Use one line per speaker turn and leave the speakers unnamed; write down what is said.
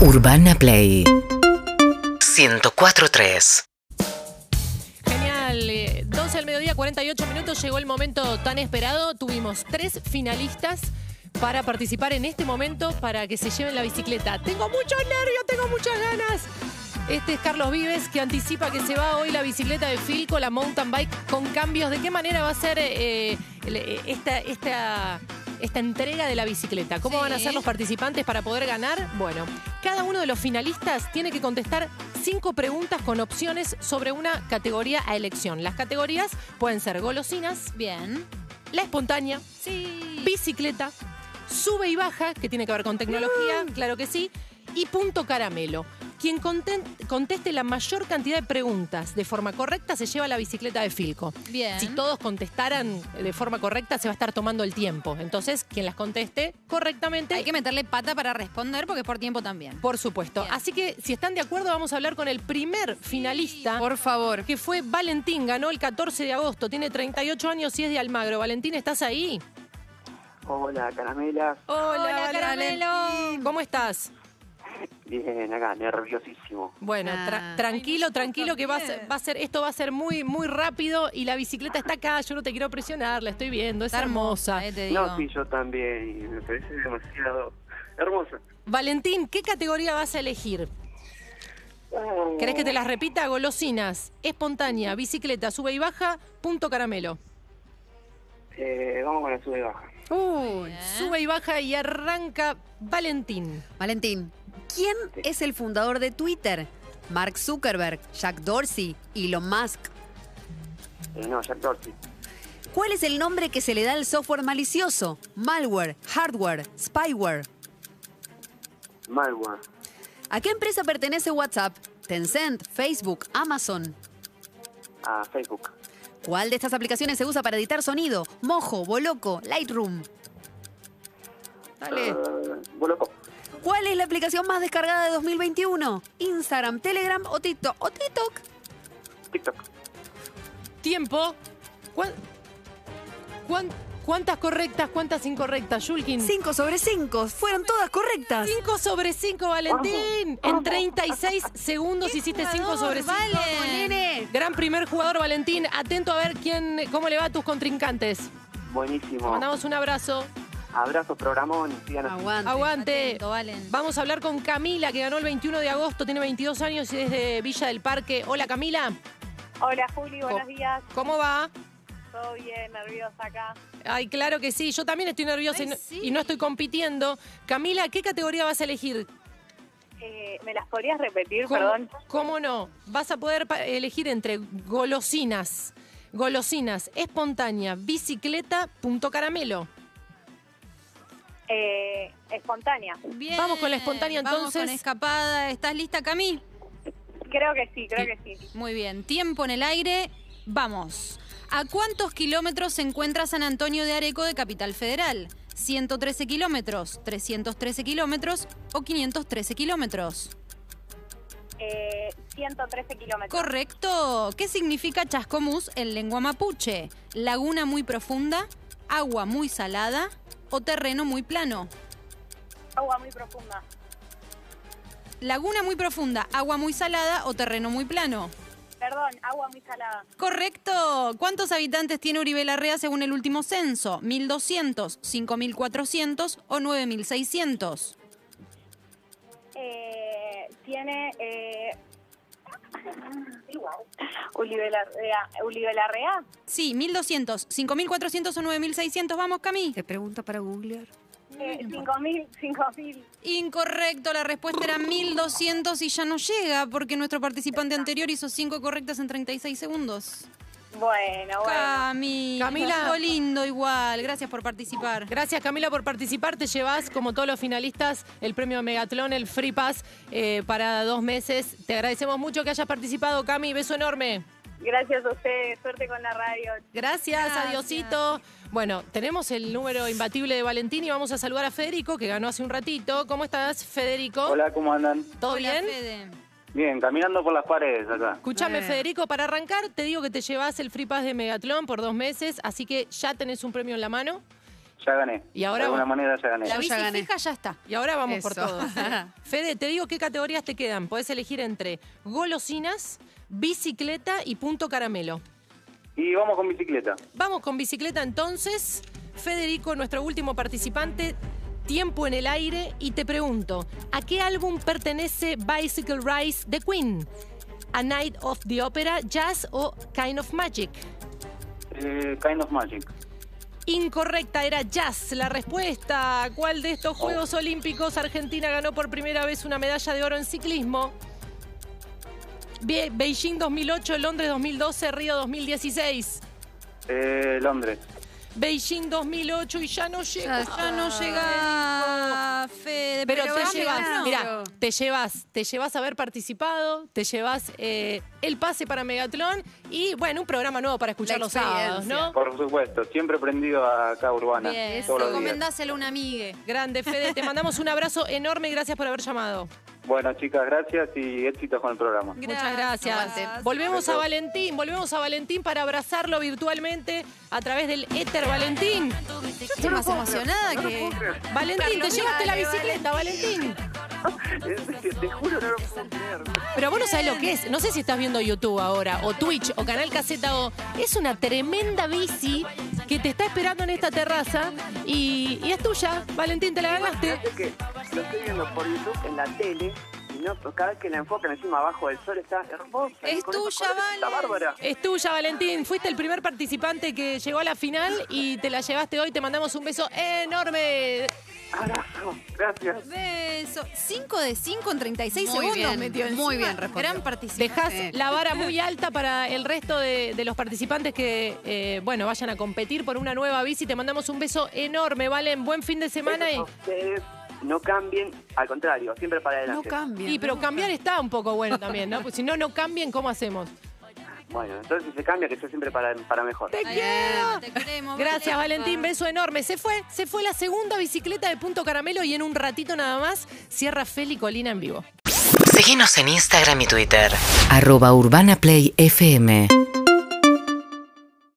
Urbana Play 104.3
Genial. Eh, 12 del mediodía, 48 minutos, llegó el momento tan esperado. Tuvimos tres finalistas para participar en este momento para que se lleven la bicicleta. Tengo mucho nervio, tengo muchas ganas. Este es Carlos Vives que anticipa que se va hoy la bicicleta de Filco, la mountain bike, con cambios. ¿De qué manera va a ser eh, el- eh, esta, esta, esta entrega de la bicicleta? ¿Cómo
Sí.
van a ser los participantes para poder ganar? Bueno, cada uno de los finalistas tiene que contestar cinco preguntas con opciones sobre una categoría a elección. Las categorías pueden ser golosinas,
Bien.
la espontánea,
Sí.
bicicleta, sube y baja, que tiene que ver con
Mm.
tecnología, claro que sí, y punto caramelo. Quien conten- conteste la mayor cantidad de preguntas de forma correcta se lleva la bicicleta de Filco.
Bien.
Si todos contestaran de forma correcta, se va a estar tomando el tiempo. Entonces, quien las conteste correctamente,
Hay que meterle pata para responder porque es por tiempo también.
por supuesto.
Bien.
Así que, si están de acuerdo, vamos a hablar con el primer finalista.
Por favor.
que fue Valentín, ganó el 14 de agosto, tiene 38 años y es de Almagro. Valentín, ¿estás ahí?
Hola, caramelas.
Hola, Caramelo.
Valentín. ¿Cómo estás?
Bien, acá, nerviosísimo.
Bueno, tra-
Ah.
tranquilo,
Ay, nosotros
tranquilo, que va a, ser,
también.
va a ser, esto va a ser muy, muy rápido y la bicicleta está acá, yo no te quiero presionar, la estoy viendo, es
Está
hermosa.
hermosa, eh, te digo.
No, sí, yo también. y Me parece demasiado hermosa.
Valentín, ¿qué categoría vas a elegir?
Ah,
Oh, ¿Querés que te las repita? Golosinas, espontánea, bicicleta, sube y baja, punto caramelo.
eh, vamos con la sube y baja.
Uy,
Bien.
sube y baja y arranca Valentín.
Valentín, ¿quién es el fundador de Twitter? Mark Zuckerberg, Jack Dorsey, Elon Musk.
Eh, no, Jack Dorsey.
¿Cuál es el nombre que se le da al software malicioso? Malware, hardware, spyware.
Malware.
¿A qué empresa pertenece WhatsApp? Tencent, Facebook, Amazon.
A Facebook.
¿Cuál de estas aplicaciones se usa para editar sonido? Mojo, Boloco, Lightroom. Dale.
Eh, Boloco.
¿Cuál es la aplicación más descargada de 2021? Instagram, Telegram o TikTok. ¿O TikTok?
TikTok.
Tiempo. ¿Cuán- cuán- ¿Cuántas correctas, cuántas incorrectas, Julkin?
5 sobre 5. Fueron todas correctas.
5 sobre 5, Valentín. En 36 segundos hiciste 5 sobre 5.
jugador, Valen!
Gran primer jugador, Valentín. Atento a ver quién, cómo le va a tus contrincantes. Te
Buenísimo.
mandamos un abrazo.
Abrazos, programón. y Sigan así.
Aguante.
Aguante.
Atento, Valen.
Vamos a hablar con Camila, que ganó el 21 de agosto, tiene 22 años y es de Villa del Parque. Hola, Camila.
Hola Juli, buenos
Co-
días.
¿Cómo va?
Todo bien, nerviosa acá.
Ay, claro que sí. Yo también estoy nerviosa
Ay,
y, no,
sí.
y no estoy compitiendo. Camila, ¿qué categoría vas a elegir?
Eh, ¿Me las podrías repetir,
¿Cómo,
perdón?
cómo no? Vas a poder pa- elegir entre golosinas, golosinas, espontánea, bicicleta, punto caramelo.
Eh, espontánea.
Bien.
Vamos con la espontánea,
Vamos con
entonces.
escapada. ¿Estás lista, Cami?
Creo que sí, creo que sí.
Muy bien. Tiempo en el aire. Vamos. ¿A cuántos kilómetros se encuentra San Antonio de Areco de Capital Federal? ¿113 kilómetros, 313 kilómetros o 513 kilómetros?
Eh, 113 kilómetros.
Correcto. ¿Qué significa chascomús en lengua mapuche? ¿Laguna muy profunda? ¿Agua muy salada? ¿O terreno muy plano?
Agua muy profunda.
Laguna muy profunda, agua muy salada o terreno muy plano.
Perdón, agua muy salada.
Correcto. ¿Cuántos habitantes tiene Uribe Larrea según el último censo? ¿1200, 5400 o 9600?
Eh, tiene... Eh... Ulibelarrea. Ulibelarrea.
Sí, 1200, 5400 o 9600. Vamos, Cami.
Te pregunto para googlear.
Eh, 5.000, 5.000.
Incorrecto, la respuesta era 1200 y ya no llega porque nuestro participante anterior hizo 5 correctas en 36 segundos.
Bueno, bueno.
Cami,
Camila.
todo lindo igual. Gracias por participar.
Gracias Camila por participar. Te llevas, como todos los finalistas, el premio Megatlón, el Free Pass eh, para dos meses. Te agradecemos mucho que hayas participado, Cami. Beso enorme.
Gracias a ustedes. Suerte con la radio.
Gracias,
Gracias.
adiosito. Bueno, tenemos el número imbatible de Valentín y vamos a saludar a Federico, que ganó hace un ratito. ¿Cómo estás, Federico?
Hola, ¿cómo andan?
¿Todo
Hola,
bien?
Fede.
Bien, caminando por las paredes acá.
Escúchame,
Eh.
Federico, para arrancar te digo que te llevas el Free Pass de Megatlón por dos meses, así que ya tenés un premio en la mano.
Ya gané.
Y ahora
de alguna
vos-
manera ya gané.
La
Yo
bici
ya gané.
fija ya está.
Y ahora vamos por
Eso.
todos. ¿eh? Fede, te digo qué categorías te quedan. Podés elegir entre golosinas, bicicleta y punto caramelo.
Y vamos con bicicleta.
Vamos con bicicleta entonces. Federico, nuestro último participante, tiempo en el aire y te pregunto, ¿a qué álbum pertenece Bicycle Rise de Queen? ¿A Night of the Opera, Jazz o Kind of Magic?
Eh, kind of Magic.
Incorrecta era jazz la respuesta. ¿Cuál de estos Juegos Olímpicos Argentina ganó por primera vez una medalla de oro en ciclismo? Be- Beijing 2008, Londres 2012, Río 2016.
Eh, Londres.
Beijing 2008 y ya no llega.
Ya, ya no llega Fede,
Ah. Pero,
pero,
te
va
llevas,
llegando.
mira, te llevas, te llevas haber participado, te llevas eh, el pase para Megatlón y bueno, un programa nuevo para escuchar
La
los sábados,
experiencia.
¿no?
Por supuesto, siempre prendido acá a Urbana.
Bien,
Todos los días.
recomendáselo a una amiga.
Grande, Fede, te mandamos un abrazo enorme y gracias por haber llamado.
Bueno, chicas, gracias y éxitos con el programa.
Muchas gracias.
Aguante.
Volvemos a
Perfecto.
Valentín, volvemos a Valentín para abrazarlo virtualmente a través del éter Valentín.
Estoy más emocionada que.
Valentín, te
Dale,
llevaste la bicicleta, Valentín.
Te juro, no lo puedo creer.
Pero vos no sabés lo que es. No sé si estás viendo YouTube ahora, o Twitch, o Canal Caseta O. Es una tremenda bici que te está esperando en esta terraza y, y es tuya. Valentín, te la ganaste.
Fíjate que lo estoy viendo por YouTube en la tele y no, pero cada vez que la enfocan encima abajo del sol está hermosa.
Es
Y con esos
tuya,
colores Está
Valen.
bárbara.
Es tuya, Valentín. Fuiste el primer participante que llegó a la final y te la llevaste hoy. Te mandamos un beso enorme.
Abrazo, gracias.
Beso. 5 de 5 en 36
Muy
segundos
bien,
metió encima.
muy bien respondió.
Gran participación.
Dejás
Sí.
la vara muy alta para el resto de, de los participantes que, eh, bueno, vayan a competir por una nueva bici. Te mandamos un beso enorme, Valen. Buen fin de semana. Y,
Besos a Ustedes no cambien, al contrario, siempre para
No
adelante.
cambia.
y, pero cambiar está un poco bueno también, ¿no? Pues si no, no cambien, ¿cómo hacemos?
bueno, entonces si se cambia, que sea siempre para, para mejor.
¡Te
Ay,
quiero!
Te queremos.
Gracias,
Valen.
Valentín. Beso enorme. Se fue, se fue la segunda bicicleta de Punto Caramelo y en un ratito nada más cierra Feli Colina en vivo.
Seguinos en Instagram y Twitter. Arroba Urbana Play FM.